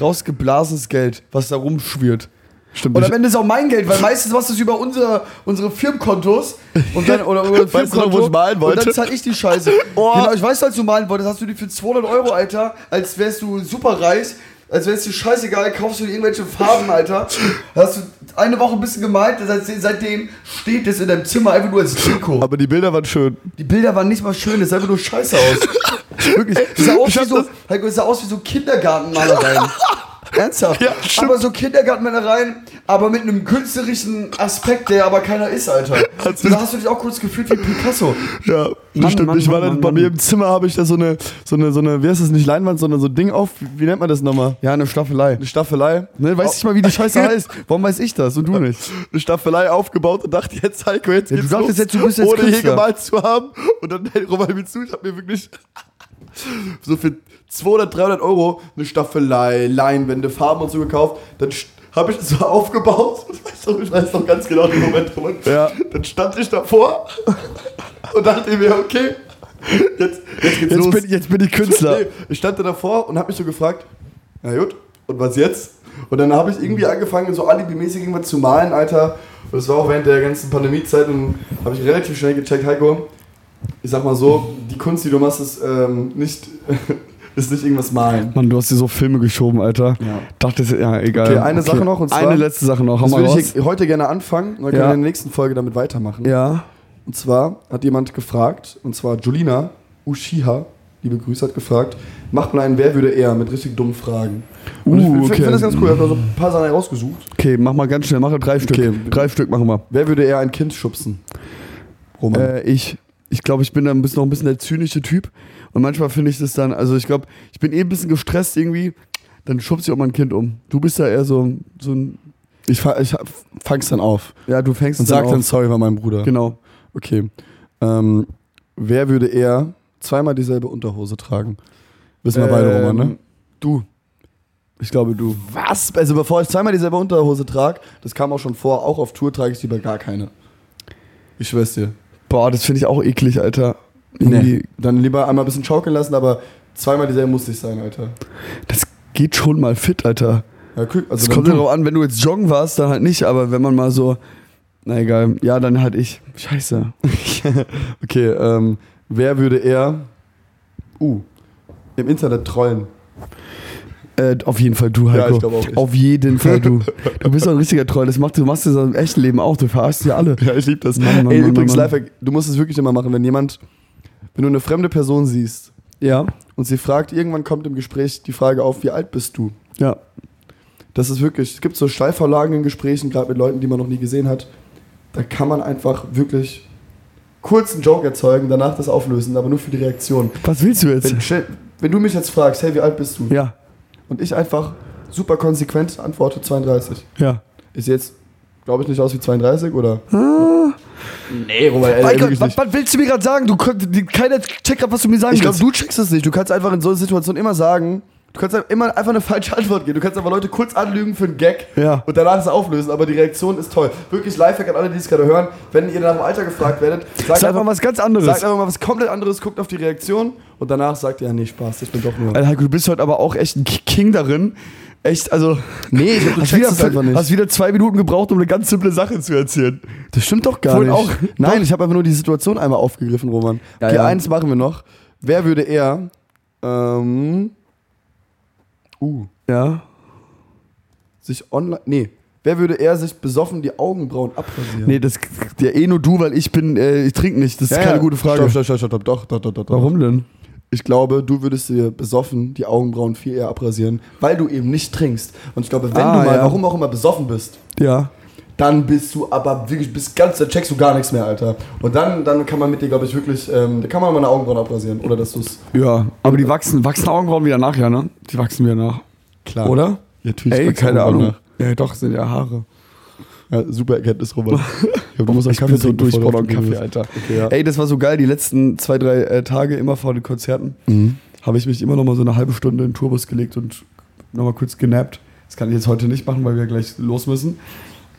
Speaker 1: rausgeblasenes Geld, was da rumschwirrt.
Speaker 2: Stimmt.
Speaker 1: Und am Ende ist auch mein Geld, weil meistens machst du es über unser, unsere Firmenkontos. Und dann, oder über ein
Speaker 2: Weißt du noch, wo ich malen
Speaker 1: Und
Speaker 2: wollte?
Speaker 1: dann zahl ich die Scheiße.
Speaker 2: Oh.
Speaker 1: Genau, ich weiß, als du malen wolltest, hast du die für 200 Euro, Alter, als wärst du super reich. Als wärst du scheißegal, kaufst du dir irgendwelche Farben, Alter. Hast du eine Woche ein bisschen gemalt, seit, seitdem steht es in deinem Zimmer einfach nur als Deko.
Speaker 2: aber die Bilder waren schön.
Speaker 1: Die Bilder waren nicht mal schön, es sah einfach nur scheiße aus. Wirklich. Es sah aus,
Speaker 2: Ich
Speaker 1: wie
Speaker 2: hab
Speaker 1: so,
Speaker 2: das-
Speaker 1: Heiko, es sah aus wie so Kindergartenmalereien. Ernsthaft?
Speaker 2: Ja, stimmt.
Speaker 1: aber so Kindergartenmalereien, aber mit einem künstlerischen Aspekt, der aber keiner ist, Alter.
Speaker 2: Hat's-
Speaker 1: da hast du dich auch kurz gefühlt wie Picasso.
Speaker 2: Ja, das
Speaker 1: Mann,
Speaker 2: stimmt.
Speaker 1: Mann,
Speaker 2: ich
Speaker 1: Mann,
Speaker 2: war dann
Speaker 1: Mann,
Speaker 2: bei
Speaker 1: Mann.
Speaker 2: mir im Zimmer, habe ich da so eine, so eine, so eine, wie heißt das nicht Leinwand, sondern so ein Ding auf. Wie nennt man das nochmal?
Speaker 1: Ja, eine Staffelei.
Speaker 2: Eine Staffelei.
Speaker 1: Ne, weiß ich mal, wie die Scheiße heißt. Warum weiß ich das und du nicht?
Speaker 2: Eine Staffelei aufgebaut und dachte, jetzt Heiko, jetzt
Speaker 1: Ja, du
Speaker 2: geht's
Speaker 1: dachtest
Speaker 2: los,
Speaker 1: jetzt, du bist jetzt
Speaker 2: Ohne
Speaker 1: Künstler.
Speaker 2: hier gemalt zu haben. Und dann hält Roman mir zu, ich habe mir wirklich so für 200, 300 Euro eine Staffelei, Leinwände, Farben und so gekauft. Dann habe ich das so aufgebaut. Ich weiß noch, ich weiß noch ganz genau den Moment. Roman.
Speaker 1: Ja.
Speaker 2: Dann stand ich davor und dachte mir, okay, jetzt, jetzt geht's
Speaker 1: Jetzt
Speaker 2: los.
Speaker 1: bin, jetzt bin ich Künstler.
Speaker 2: Nee, ich stand da davor und habe mich so gefragt, na gut, und was jetzt? Und dann habe ich irgendwie angefangen, so alibimäßig irgendwas zu malen, Alter. Und das war auch während der ganzen Pandemiezeit und habe ich relativ schnell gecheckt, Heiko, ich sag mal so, die Kunst, die du machst, ist ähm, nicht, ist nicht irgendwas malen.
Speaker 1: Mann, du hast dir so Filme geschoben, Alter.
Speaker 2: Ja.
Speaker 1: Dachtest, ja, egal.
Speaker 2: Okay, eine Sache noch, und zwar-
Speaker 1: eine letzte Sache noch. Hau
Speaker 2: Das
Speaker 1: mal
Speaker 2: würde
Speaker 1: raus.
Speaker 2: ich heute gerne anfangen, und dann können
Speaker 1: Ja.
Speaker 2: wir in der nächsten Folge damit weitermachen.
Speaker 1: Ja.
Speaker 2: Und zwar hat jemand gefragt, und zwar Julina Ushiha,
Speaker 4: liebe Grüße, hat gefragt, macht mal einen Wer würde er mit richtig dummen Fragen.
Speaker 1: Uh,
Speaker 4: Und ich finde
Speaker 1: okay.
Speaker 4: das ganz cool, ich habe da so ein paar Sachen rausgesucht.
Speaker 1: Okay, mach mal ganz schnell, mach drei Stück.
Speaker 4: Okay.
Speaker 1: Drei Stück machen wir.
Speaker 4: Wer würde eher ein Kind schubsen?
Speaker 2: Oh
Speaker 4: Roman.
Speaker 1: Äh, ich ich glaube, ich bin da ein bisschen, noch ein bisschen der zynische Typ. Und manchmal finde ich das dann, also ich glaube, ich bin eh ein bisschen gestresst irgendwie. Dann schubst ich auch mal ein Kind um. Du bist da eher so, so ein,
Speaker 2: Ich, fa ich ha- fang's dann auf
Speaker 1: ja, du fängst
Speaker 2: und sag dann
Speaker 1: auf.
Speaker 2: sorry war mein Bruder.
Speaker 1: Genau.
Speaker 2: Okay. Ähm, wer würde eher zweimal dieselbe Unterhose tragen? Wissen wir beide,
Speaker 1: Ähm,
Speaker 2: Roman, ne?
Speaker 1: Du. Ich glaube, du.
Speaker 2: Was? Also bevor ich zweimal dieselbe Unterhose trage, das kam auch schon vor, auch auf Tour trage ich lieber gar keine. Ich schwör's dir.
Speaker 1: Boah, das finde ich auch eklig, Alter. Irgendwie,
Speaker 2: Nee. Dann lieber einmal ein bisschen schaukeln lassen, aber zweimal dieselbe muss ich sein, Alter.
Speaker 1: Das geht schon mal fit, Alter.
Speaker 2: Ja, cool.
Speaker 1: Es
Speaker 2: Also
Speaker 1: kommt
Speaker 2: dann du.
Speaker 1: darauf an, wenn du jetzt joggen warst, dann halt nicht, aber wenn man mal so, na egal, ja, dann halt ich. Scheiße.
Speaker 2: Okay, ähm, wer würde eher uh, im Internet trollen?
Speaker 1: Äh, auf jeden Fall du, Heiko.
Speaker 2: Ja, ich glaube auch ich.
Speaker 1: auf jeden Fall du. Du bist doch ein richtiger Troll. Das macht, du machst das im echten Leben auch. Du verarschst ja alle.
Speaker 2: Ja, ich liebe das.
Speaker 1: Mann, Mann,
Speaker 2: Ey,
Speaker 1: Mann,
Speaker 2: übrigens,
Speaker 1: Mann.
Speaker 2: Lifehack, du musst es wirklich immer machen, wenn jemand, wenn du eine fremde Person siehst
Speaker 1: Ja,
Speaker 2: und sie fragt, irgendwann kommt im Gespräch die Frage auf, wie alt bist du?
Speaker 1: ja.
Speaker 2: Das ist wirklich, es gibt so Steilvorlagen in Gesprächen, gerade mit Leuten, die man noch nie gesehen hat. Da kann man einfach wirklich kurz einen Joke erzeugen, danach das auflösen, aber nur für die Reaktion.
Speaker 1: Was willst du jetzt?
Speaker 2: Wenn, stell- wenn du mich jetzt fragst, hey, wie alt bist du?
Speaker 1: Ja,
Speaker 2: Und ich einfach super konsequent antworte 32.
Speaker 1: ja.
Speaker 2: Ist jetzt, glaube ich, nicht aus wie 32, oder? Nee,
Speaker 1: Ah.
Speaker 2: Roman, ey,
Speaker 1: Mein Gott,
Speaker 2: wirklich
Speaker 1: was,
Speaker 2: nicht.
Speaker 1: was willst du mir gerade sagen? Du konnt- die- keiner checkt grad, was du mir sagen
Speaker 2: Ich glaube,
Speaker 1: willst.
Speaker 2: du checkst es nicht. Du kannst einfach in so einer Situation immer sagen, du kannst einfach immer einfach eine falsche Antwort geben. Du kannst einfach Leute kurz anlügen für einen Gag
Speaker 1: Ja.
Speaker 2: und danach es auflösen. Aber die Reaktion ist toll. Wirklich Lifehack an alle, die es gerade hören. Wenn ihr nach dem Alter gefragt werdet, sagt
Speaker 1: Sag
Speaker 2: einfach,
Speaker 1: mal was ganz anderes.
Speaker 2: sagt einfach mal was komplett anderes, guckt auf die Reaktion und danach sagt ihr, ja, nee, Spaß, ich bin doch nur.
Speaker 1: Alter, Äh, Heiko, du bist heute aber auch echt ein K- King darin. Echt, also.
Speaker 2: Nee, ich glaub, du
Speaker 1: hast
Speaker 2: checkst
Speaker 1: wieder,
Speaker 2: es
Speaker 1: fünf-
Speaker 2: einfach nicht.
Speaker 1: Hast wieder zwei Minuten gebraucht, um eine ganz simple Sache zu erzählen.
Speaker 2: Das stimmt doch gar
Speaker 1: Vorhin
Speaker 2: nicht.
Speaker 1: auch.
Speaker 2: Nein, ich habe einfach nur die Situation einmal aufgegriffen, Roman.
Speaker 1: Ja,
Speaker 2: okay,
Speaker 1: ja.
Speaker 2: eins machen wir noch. Wer würde eher. Ähm, uh,
Speaker 1: Ja.
Speaker 2: sich online. Nee. Wer würde eher sich besoffen die Augenbrauen abrasieren?
Speaker 1: Nee, das. Ja, eh nur du, weil ich bin. Äh, ich trinke nicht. Das ist keine gute Frage.
Speaker 2: Stopp, stopp, stopp, stopp, stopp, doch, doch, doch, doch. doch.
Speaker 1: Warum denn?
Speaker 2: Ich glaube, du würdest dir besoffen die Augenbrauen viel eher abrasieren, weil du eben nicht trinkst. Und ich glaube, wenn
Speaker 1: Ah,
Speaker 2: du mal,
Speaker 1: ja.
Speaker 2: warum auch immer, besoffen bist,
Speaker 1: Ja.
Speaker 2: dann bist du aber wirklich, bist ganz, dann checkst du gar nichts mehr, Alter. Und dann, dann kann man mit dir, glaube ich, wirklich, ähm, da kann man mal eine Augenbrauen abrasieren. Oder dass du es.
Speaker 1: Ja, aber die wachsen, wachsen Augenbrauen wieder nach, ja, ne? Die wachsen wieder nach.
Speaker 2: Klar.
Speaker 1: Oder?
Speaker 2: Ja, natürlich.
Speaker 1: Ey,
Speaker 2: wachsen
Speaker 1: keine
Speaker 2: Augenbrauen
Speaker 1: Ahnung. Ja, doch, sind ja Haare.
Speaker 2: nach. Ja, super Erkenntnis, Robert. Ich glaub, du musst auch
Speaker 1: Ich bin so
Speaker 2: trinken,
Speaker 1: durch,
Speaker 2: bevor
Speaker 1: brauch
Speaker 2: du
Speaker 1: noch
Speaker 2: auf
Speaker 1: einen
Speaker 2: die
Speaker 1: Kaffee,
Speaker 2: Bühne bist.
Speaker 1: Alter.
Speaker 2: Okay, ja.
Speaker 1: Ey, das war so geil, die letzten zwei, drei äh, Tage immer vor den Konzerten habe ich mich immer noch mal so eine halbe Stunde in den Tourbus gelegt und noch mal kurz genappt. Das kann ich jetzt heute nicht machen, weil wir gleich los müssen.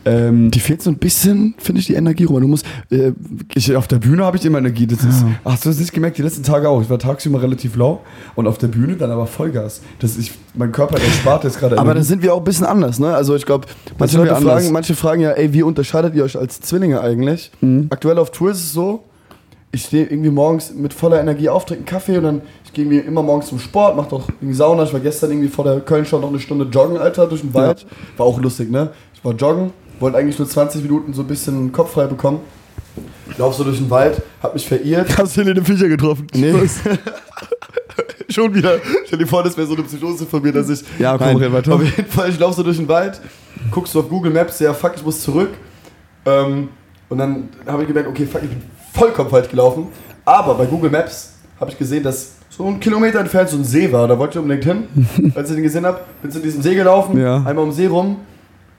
Speaker 1: Ähm,
Speaker 2: Die fehlt so ein bisschen, finde ich, die Energie, Roman. Du musst. Äh,
Speaker 1: ich, auf der Bühne habe ich immer Energie. Das ist, ach, hast du das nicht gemerkt? Die letzten Tage auch. Ich war tagsüber relativ low und auf der Bühne dann aber Vollgas. Das ich, mein Körper, der spart jetzt gerade
Speaker 2: aber da
Speaker 1: Energie.
Speaker 2: sind wir auch ein bisschen anders, ne? Also ich glaube, manche
Speaker 1: sind wir
Speaker 2: Leute
Speaker 1: anders.
Speaker 2: fragen, manche fragen ja, ey, wie unterscheidet ihr euch als Zwillinge eigentlich?
Speaker 1: Mhm.
Speaker 2: Aktuell auf Tour ist es so, ich stehe irgendwie morgens mit voller Energie auf, trinke einen Kaffee und dann, ich gehe irgendwie immer morgens zum Sport, mache doch irgendwie Sauna. Ich war gestern irgendwie vor der Kölnschau noch eine Stunde joggen, Alter, durch den Wald. War auch lustig, ne? Ich war joggen, wollte eigentlich nur 20 Minuten so ein bisschen Kopf frei bekommen. Lauf so durch den Wald, hab mich verirrt.
Speaker 1: hast Helene Fischer getroffen.
Speaker 2: Nee. Schon wieder. Stell dir vor, das wäre so eine Psychose von mir, dass ich.
Speaker 1: Ja, komm, red weiter.
Speaker 2: Auf jeden Fall, ich laufe so durch den Wald, guckst du auf Google Maps, ja, fuck, ich muss zurück. Ähm, und dann habe ich gemerkt, okay, fuck, ich bin vollkommen falsch gelaufen. Aber bei Google Maps habe ich gesehen, dass so ein Kilometer entfernt so ein See war. Da wollte ich unbedingt hin. Als ich den gesehen habe, bin zu diesem See gelaufen,
Speaker 1: Ja.
Speaker 2: einmal um den See rum.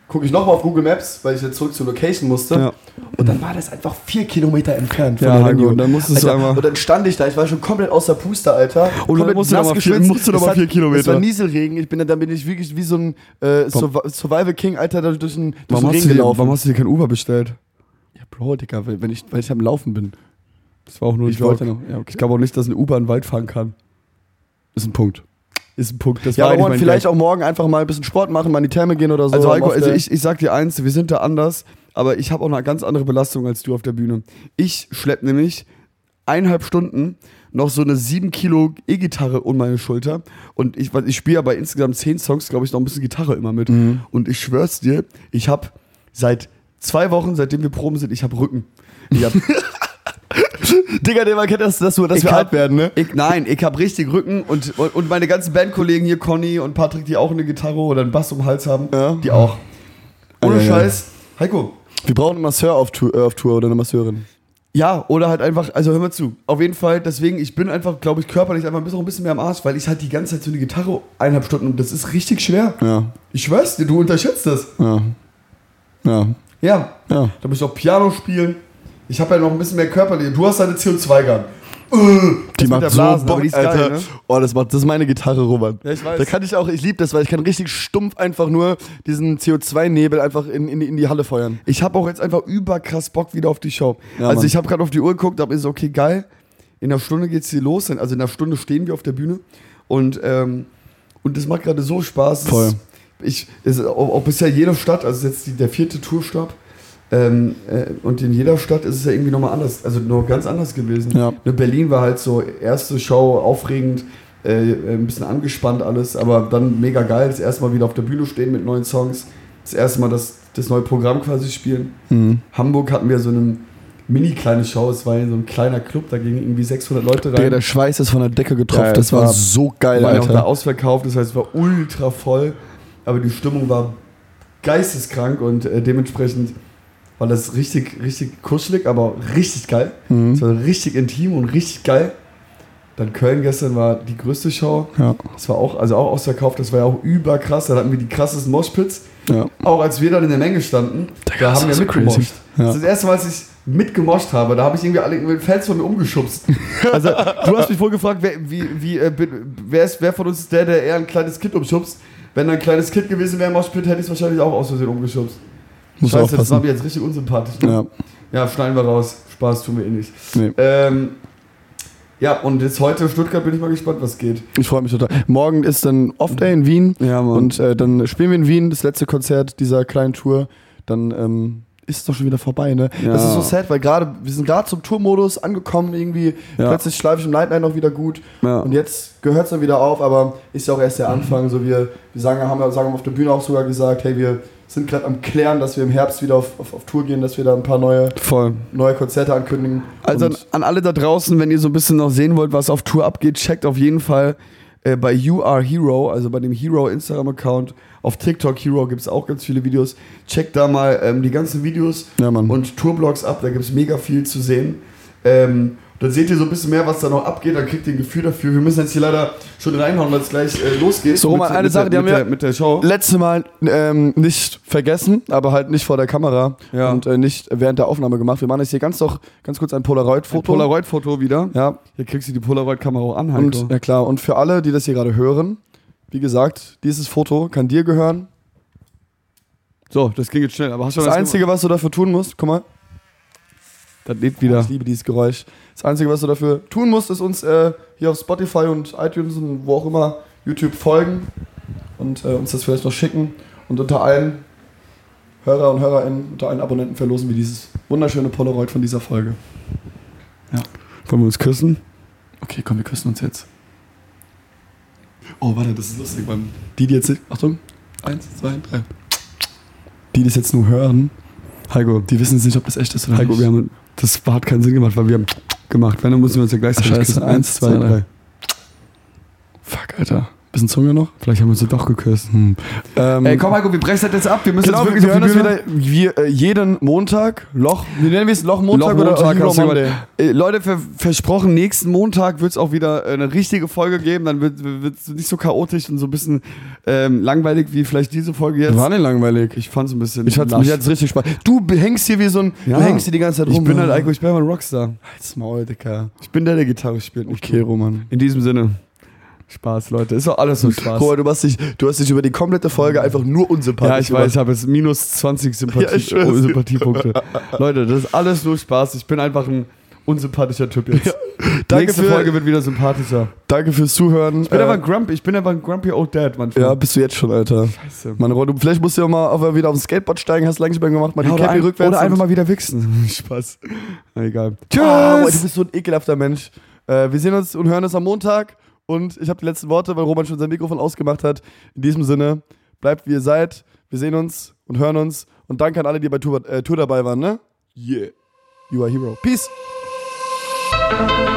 Speaker 2: Gucke ich nochmal auf Google Maps, weil ich jetzt zurück zur Location musste.
Speaker 1: Ja.
Speaker 2: Und dann war das einfach vier Kilometer entfernt
Speaker 1: Ja,
Speaker 2: der
Speaker 1: Heiko,
Speaker 2: Region.
Speaker 1: und dann musstest du
Speaker 2: Alter,
Speaker 1: einmal-
Speaker 2: Und dann stand ich da, ich war schon komplett außer Puste, Alter.
Speaker 1: Und dann
Speaker 2: Komplett
Speaker 1: musst du
Speaker 2: nass
Speaker 1: noch mal vier-
Speaker 2: geschwitzt.
Speaker 1: musst du noch
Speaker 2: Es
Speaker 1: mal
Speaker 2: hat-
Speaker 1: vier Kilometer.
Speaker 2: Es war Nieselregen, ich bin dann, dann bin ich wirklich wie so ein äh, Survi- Survival King, Alter, da durch den, durch
Speaker 1: Warum
Speaker 2: den
Speaker 1: hast,
Speaker 2: Regen
Speaker 1: du dir,
Speaker 2: gelaufen.
Speaker 1: warum hast du dir kein Uber bestellt?
Speaker 2: ja, Bro, Digga, weil, wenn ich, weil ich am Laufen bin.
Speaker 1: Das war auch nur ein
Speaker 2: Ich wollte
Speaker 1: Joke.
Speaker 2: noch- ja, okay.
Speaker 1: Ich glaube auch nicht, dass ein Uber in den Wald fahren kann.
Speaker 2: Ist ein Punkt.
Speaker 1: Ist ein Punkt. Das
Speaker 2: Ja,
Speaker 1: war
Speaker 2: aber
Speaker 1: eigentlich
Speaker 2: Roman,
Speaker 1: mein
Speaker 2: vielleicht
Speaker 1: Gag.
Speaker 2: auch morgen einfach mal ein bisschen Sport machen, mal in die Therme gehen oder so.
Speaker 1: Also, Heiko,
Speaker 2: Am
Speaker 1: also
Speaker 2: Off-Day.
Speaker 1: ich, ich sag dir eins, wir sind da anders, aber ich habe auch eine ganz andere Belastung als du auf der Bühne. Ich schlepp nämlich eineinhalb Stunden noch so eine 7 Kilo E-Gitarre um meine Schulter und ich, weil ich spiele ja bei insgesamt 10 Songs, glaube ich, noch ein bisschen Gitarre immer mit.
Speaker 2: Mhm.
Speaker 1: Und ich schwör's dir, ich habe seit zwei Wochen, seitdem wir proben sind, ich habe Rücken. Ich hab,
Speaker 2: Digga, der man kennt das, dass, wir, dass
Speaker 1: Ich
Speaker 2: wir
Speaker 1: hab-
Speaker 2: alt werden, ne?
Speaker 1: Ich, nein, ich hab richtig Rücken und, und, und meine ganzen Bandkollegen hier, Conny und Patrick, die auch eine Gitarre oder einen Bass um den Hals haben,
Speaker 2: Ja.
Speaker 1: die auch. Ohne
Speaker 2: Ah, ja, ja.
Speaker 1: Scheiß. Heiko.
Speaker 2: Wir brauchen einen Masseur auf Tour, äh, auf Tour oder eine Masseurin.
Speaker 1: Ja, oder halt einfach, also hör mal zu. Auf jeden Fall, deswegen, ich bin einfach, glaube ich, körperlich einfach ein bisschen, auch ein bisschen mehr am Arsch, weil ich halt die ganze Zeit so eine Gitarre eineinhalb Stunden und das ist richtig schwer.
Speaker 2: Ja,
Speaker 1: Ich schwör's dir, du unterschätzt das.
Speaker 2: ja, ja,
Speaker 1: Ja,
Speaker 2: ja.
Speaker 1: da muss ich auch Piano spielen. Ich habe ja noch ein bisschen mehr körperlich. Du hast deine CO2-Gun.
Speaker 2: Die
Speaker 1: Äh, mit
Speaker 2: macht
Speaker 1: der
Speaker 2: so
Speaker 1: Blasen, aber
Speaker 2: Bock,
Speaker 1: die ist geil,
Speaker 2: Alter.
Speaker 1: ne?
Speaker 2: Oh, das macht, das ist meine Gitarre, Roman.
Speaker 1: Ja, ich weiß.
Speaker 2: Da kann ich auch, ich liebe das, weil ich kann richtig stumpf einfach nur diesen CO2-Nebel einfach in, in, die- in die Halle feuern.
Speaker 1: Ich habe auch jetzt einfach überkrass Bock wieder auf die Show.
Speaker 2: Ja,
Speaker 1: also
Speaker 2: Mann.
Speaker 1: ich habe gerade auf die Uhr geguckt, aber ist okay, geil. In einer Stunde geht's hier los. Also in einer Stunde stehen wir auf der Bühne und ähm, und das macht gerade so Spaß. Es
Speaker 2: Voll.
Speaker 1: Ist, ich es ist auch, auch bisher jede Stadt, also es ist jetzt die, der vierte Tourstab. Ähm, äh, und in jeder Stadt ist es ja irgendwie nochmal anders, also noch ganz anders gewesen.
Speaker 2: Ja.
Speaker 1: Ne, Berlin war halt so erste Show aufregend, äh, ein bisschen angespannt alles, aber dann mega geil, das erste Mal wieder auf der Bühne stehen mit neuen Songs, das erste Mal das, das neue Programm quasi spielen.
Speaker 2: Mhm.
Speaker 1: Hamburg hatten wir so eine mini kleine Show, es war in so ein kleiner Club, da gingen irgendwie 600 Leute rein.
Speaker 2: Digga, der Schweiß ist von der Decke getroffen.
Speaker 1: Ja,
Speaker 2: das
Speaker 1: das
Speaker 2: war
Speaker 1: war-
Speaker 2: so geil,
Speaker 1: war ja auch da
Speaker 2: Alter.
Speaker 1: ausverkauft, das heißt, es war ultra voll, aber die Stimmung war geisteskrank und äh, dementsprechend war das richtig, richtig kuschelig, aber richtig geil. Es war richtig intim und richtig geil. Dann Köln gestern war die größte Show.
Speaker 2: Ja.
Speaker 1: Das war auch, also auch ausverkauft, das war ja auch überkrass. Da hatten wir die krassesten Moshpits.
Speaker 2: Ja.
Speaker 1: Auch als wir dann in der Menge standen,
Speaker 2: Digga,
Speaker 1: da
Speaker 2: das
Speaker 1: haben wir
Speaker 2: ist so crazy.
Speaker 1: mitgemoscht. Das
Speaker 2: Ja.
Speaker 1: ist das erste Mal, als ich mitgemoscht habe. Da habe ich irgendwie alle irgendwie Fans von mir umgeschubst. Also, du hast mich vorher gefragt, wer, wie, wie, äh, bin- wer, ist, wer von uns ist der, der eher ein kleines Kind umschubst? Wenn da ein kleines Kind gewesen wäre im Moshpit, hätte ich es wahrscheinlich auch aus Versehen umgeschubst.
Speaker 2: Muss
Speaker 1: Scheiße, das war
Speaker 2: aufpassen.
Speaker 1: mir jetzt richtig unsympathisch. ne?
Speaker 2: Ja.
Speaker 1: Ja, schneiden wir raus. Spaß tun wir eh nicht.
Speaker 2: Nee.
Speaker 1: Ähm, ja, und jetzt heute Stuttgart bin ich mal gespannt, was geht.
Speaker 2: Ich freue mich total. Morgen ist dann Off-Day in Wien.
Speaker 1: Ja, Mann.
Speaker 2: Und äh, dann spielen wir in Wien das letzte Konzert dieser kleinen Tour. Dann ähm, ist es doch schon wieder vorbei, ne?
Speaker 1: Ja.
Speaker 2: Das ist so sad, weil gerade, wir sind gerade zum Tourmodus angekommen irgendwie.
Speaker 1: Ja.
Speaker 2: Plötzlich schlafe ich im Nightline noch wieder gut.
Speaker 1: Ja.
Speaker 2: Und jetzt gehört es dann wieder auf, aber ist ja auch erst der Anfang. So wir, wir sagen, haben ja sagen auf der Bühne auch sogar gesagt, hey, wir sind gerade am Klären, dass wir im Herbst wieder auf, auf, auf Tour gehen, dass wir da ein paar neue,
Speaker 1: Voll.
Speaker 2: neue Konzerte ankündigen.
Speaker 1: Also an,
Speaker 2: Und-
Speaker 1: an alle da draußen, wenn ihr so ein bisschen noch sehen wollt, was auf Tour abgeht, checkt auf jeden Fall äh, bei You Are Hero, also bei dem Hero Instagram-Account. Auf TikTok Hero gibt es auch ganz viele Videos. Checkt da mal ähm, die ganzen Videos
Speaker 2: Ja, Mann.
Speaker 1: und Tourblogs ab, da gibt es mega viel zu sehen. Ähm, dann seht ihr so ein bisschen mehr, was da noch abgeht, dann kriegt ihr ein Gefühl dafür. Wir müssen jetzt hier leider schon reinhauen, weil es gleich äh, losgeht.
Speaker 2: So, Roman,
Speaker 1: mit,
Speaker 2: eine
Speaker 1: mit,
Speaker 2: Sache,
Speaker 1: der-
Speaker 2: die haben
Speaker 1: mit
Speaker 2: wir-
Speaker 1: der, mit der Show.
Speaker 2: letzte Mal ähm, nicht vergessen, aber halt nicht vor der Kamera
Speaker 1: Ja.
Speaker 2: und äh, nicht während der Aufnahme gemacht. Wir machen jetzt hier ganz noch ganz kurz ein Polaroid-Foto.
Speaker 1: Polaroid-Foto wieder.
Speaker 2: ja,
Speaker 1: Hier kriegst du die Polaroid-Kamera auch an, Heiko.
Speaker 2: und, ja klar. Und für alle, die das hier gerade hören, wie gesagt, dieses Foto kann dir gehören.
Speaker 1: so, das ging jetzt schnell, aber hast du
Speaker 2: Das,
Speaker 1: das
Speaker 2: Einzige, was du dafür tun musst, guck mal,
Speaker 1: Das lebt wieder.
Speaker 2: ich liebe dieses Geräusch. Das Einzige, was du dafür tun musst, ist uns äh, hier auf Spotify und iTunes und wo auch immer YouTube folgen und äh, uns das vielleicht noch schicken. Und unter allen Hörer und HörerInnen, unter allen Abonnenten verlosen wir dieses wunderschöne Polaroid von dieser Folge.
Speaker 1: Wollen wir uns küssen?
Speaker 2: Okay, komm, wir küssen uns jetzt. Oh, warte, das ist lustig, Mann. Die, die jetzt. Achtung. Eins, zwei, drei. Die, die es jetzt nur hören,
Speaker 1: Heiko,
Speaker 2: die wissen jetzt nicht, ob das echt ist oder
Speaker 1: Heiko,
Speaker 2: nicht.
Speaker 1: wir haben, das hat keinen Sinn gemacht, weil wir haben gemacht. Wenn, dann müssen wir uns ja gleichzeitig
Speaker 2: Scheiße,
Speaker 1: küssen.
Speaker 2: eins, zwei, drei. Fuck, Alter. Bisschen Zunge noch?
Speaker 1: Vielleicht haben wir uns ja doch geküsst.
Speaker 2: Ähm,
Speaker 1: Ey, komm, Heiko, wir brechen das jetzt ab. Wir müssen
Speaker 2: genau, wir,
Speaker 1: jetzt
Speaker 2: wir hören
Speaker 1: wirklich
Speaker 2: das
Speaker 1: auf die Bühne.
Speaker 2: wieder wir, äh, jeden Montag. Loch. Wie nennen wir es? Lochmontag oder
Speaker 1: Lochmontag,
Speaker 2: Hero
Speaker 1: hast du
Speaker 2: Monday?
Speaker 1: gesagt. Äh, Leute, ver versprochen, nächsten Montag wird es auch wieder äh, eine richtige Folge geben. Dann wird es nicht so chaotisch und so ein bisschen ähm, langweilig wie vielleicht diese Folge jetzt.
Speaker 2: denn langweilig?
Speaker 1: Ich fand es ein bisschen.
Speaker 2: Ich hatte
Speaker 1: lasch.
Speaker 2: mich jetzt richtig Spaß. Du hängst hier wie so ein.
Speaker 1: Ja.
Speaker 2: Du hängst hier die ganze Zeit rum. ne?
Speaker 1: ich bin halt Heiko, ich bin halt ein Rockstar.
Speaker 2: Halt's Maul, Dicker.
Speaker 1: Ich bin der, der Gitarre spielt. nicht
Speaker 2: Okay,
Speaker 1: du.
Speaker 2: Roman.
Speaker 1: In diesem Sinne. Spaß, Leute. Ist doch alles nur Spaß.
Speaker 2: Guck mal, du hast, dich, du hast dich über die komplette Folge einfach nur unsympathisch
Speaker 1: Ja, ich
Speaker 2: gemacht.
Speaker 1: weiß, ich habe jetzt minus 20 Sympathie
Speaker 2: Ja, ich schwör's dir.
Speaker 1: Sympathiepunkte. Leute, das ist alles nur Spaß. Ich bin einfach ein unsympathischer Typ jetzt.
Speaker 2: danke
Speaker 1: Nächste
Speaker 2: für-
Speaker 1: Folge wird wieder sympathischer.
Speaker 2: Danke fürs Zuhören. Äh,
Speaker 1: Ich bin einfach ein Grumpy, ich bin einfach ein Grumpy Old Dad manchmal.
Speaker 2: ja, bist du jetzt schon, Alter.
Speaker 1: Scheiße.
Speaker 2: Mann, Ron, du, vielleicht musst du ja mal auf, wieder aufs Skateboard steigen, hast du lange nicht mehr gemacht, mal
Speaker 1: Ja,
Speaker 2: die
Speaker 1: oder,
Speaker 2: Cappy
Speaker 1: ein,
Speaker 2: rückwärts.
Speaker 1: oder einfach
Speaker 2: und-
Speaker 1: mal wieder wichsen. Spaß. Na, egal. Tschüss!
Speaker 2: Ah, boah, du bist so ein ekelhafter Mensch. Äh, wir sehen uns und hören uns am Montag. Und ich habe die letzten Worte, weil Roman schon sein Mikrofon ausgemacht hat. In diesem Sinne, bleibt wie ihr seid. Wir sehen uns und hören uns. Und danke an alle, die bei Tour, äh, Tour dabei waren, ne? Yeah. You are a hero. Peace.
Speaker 5: Musik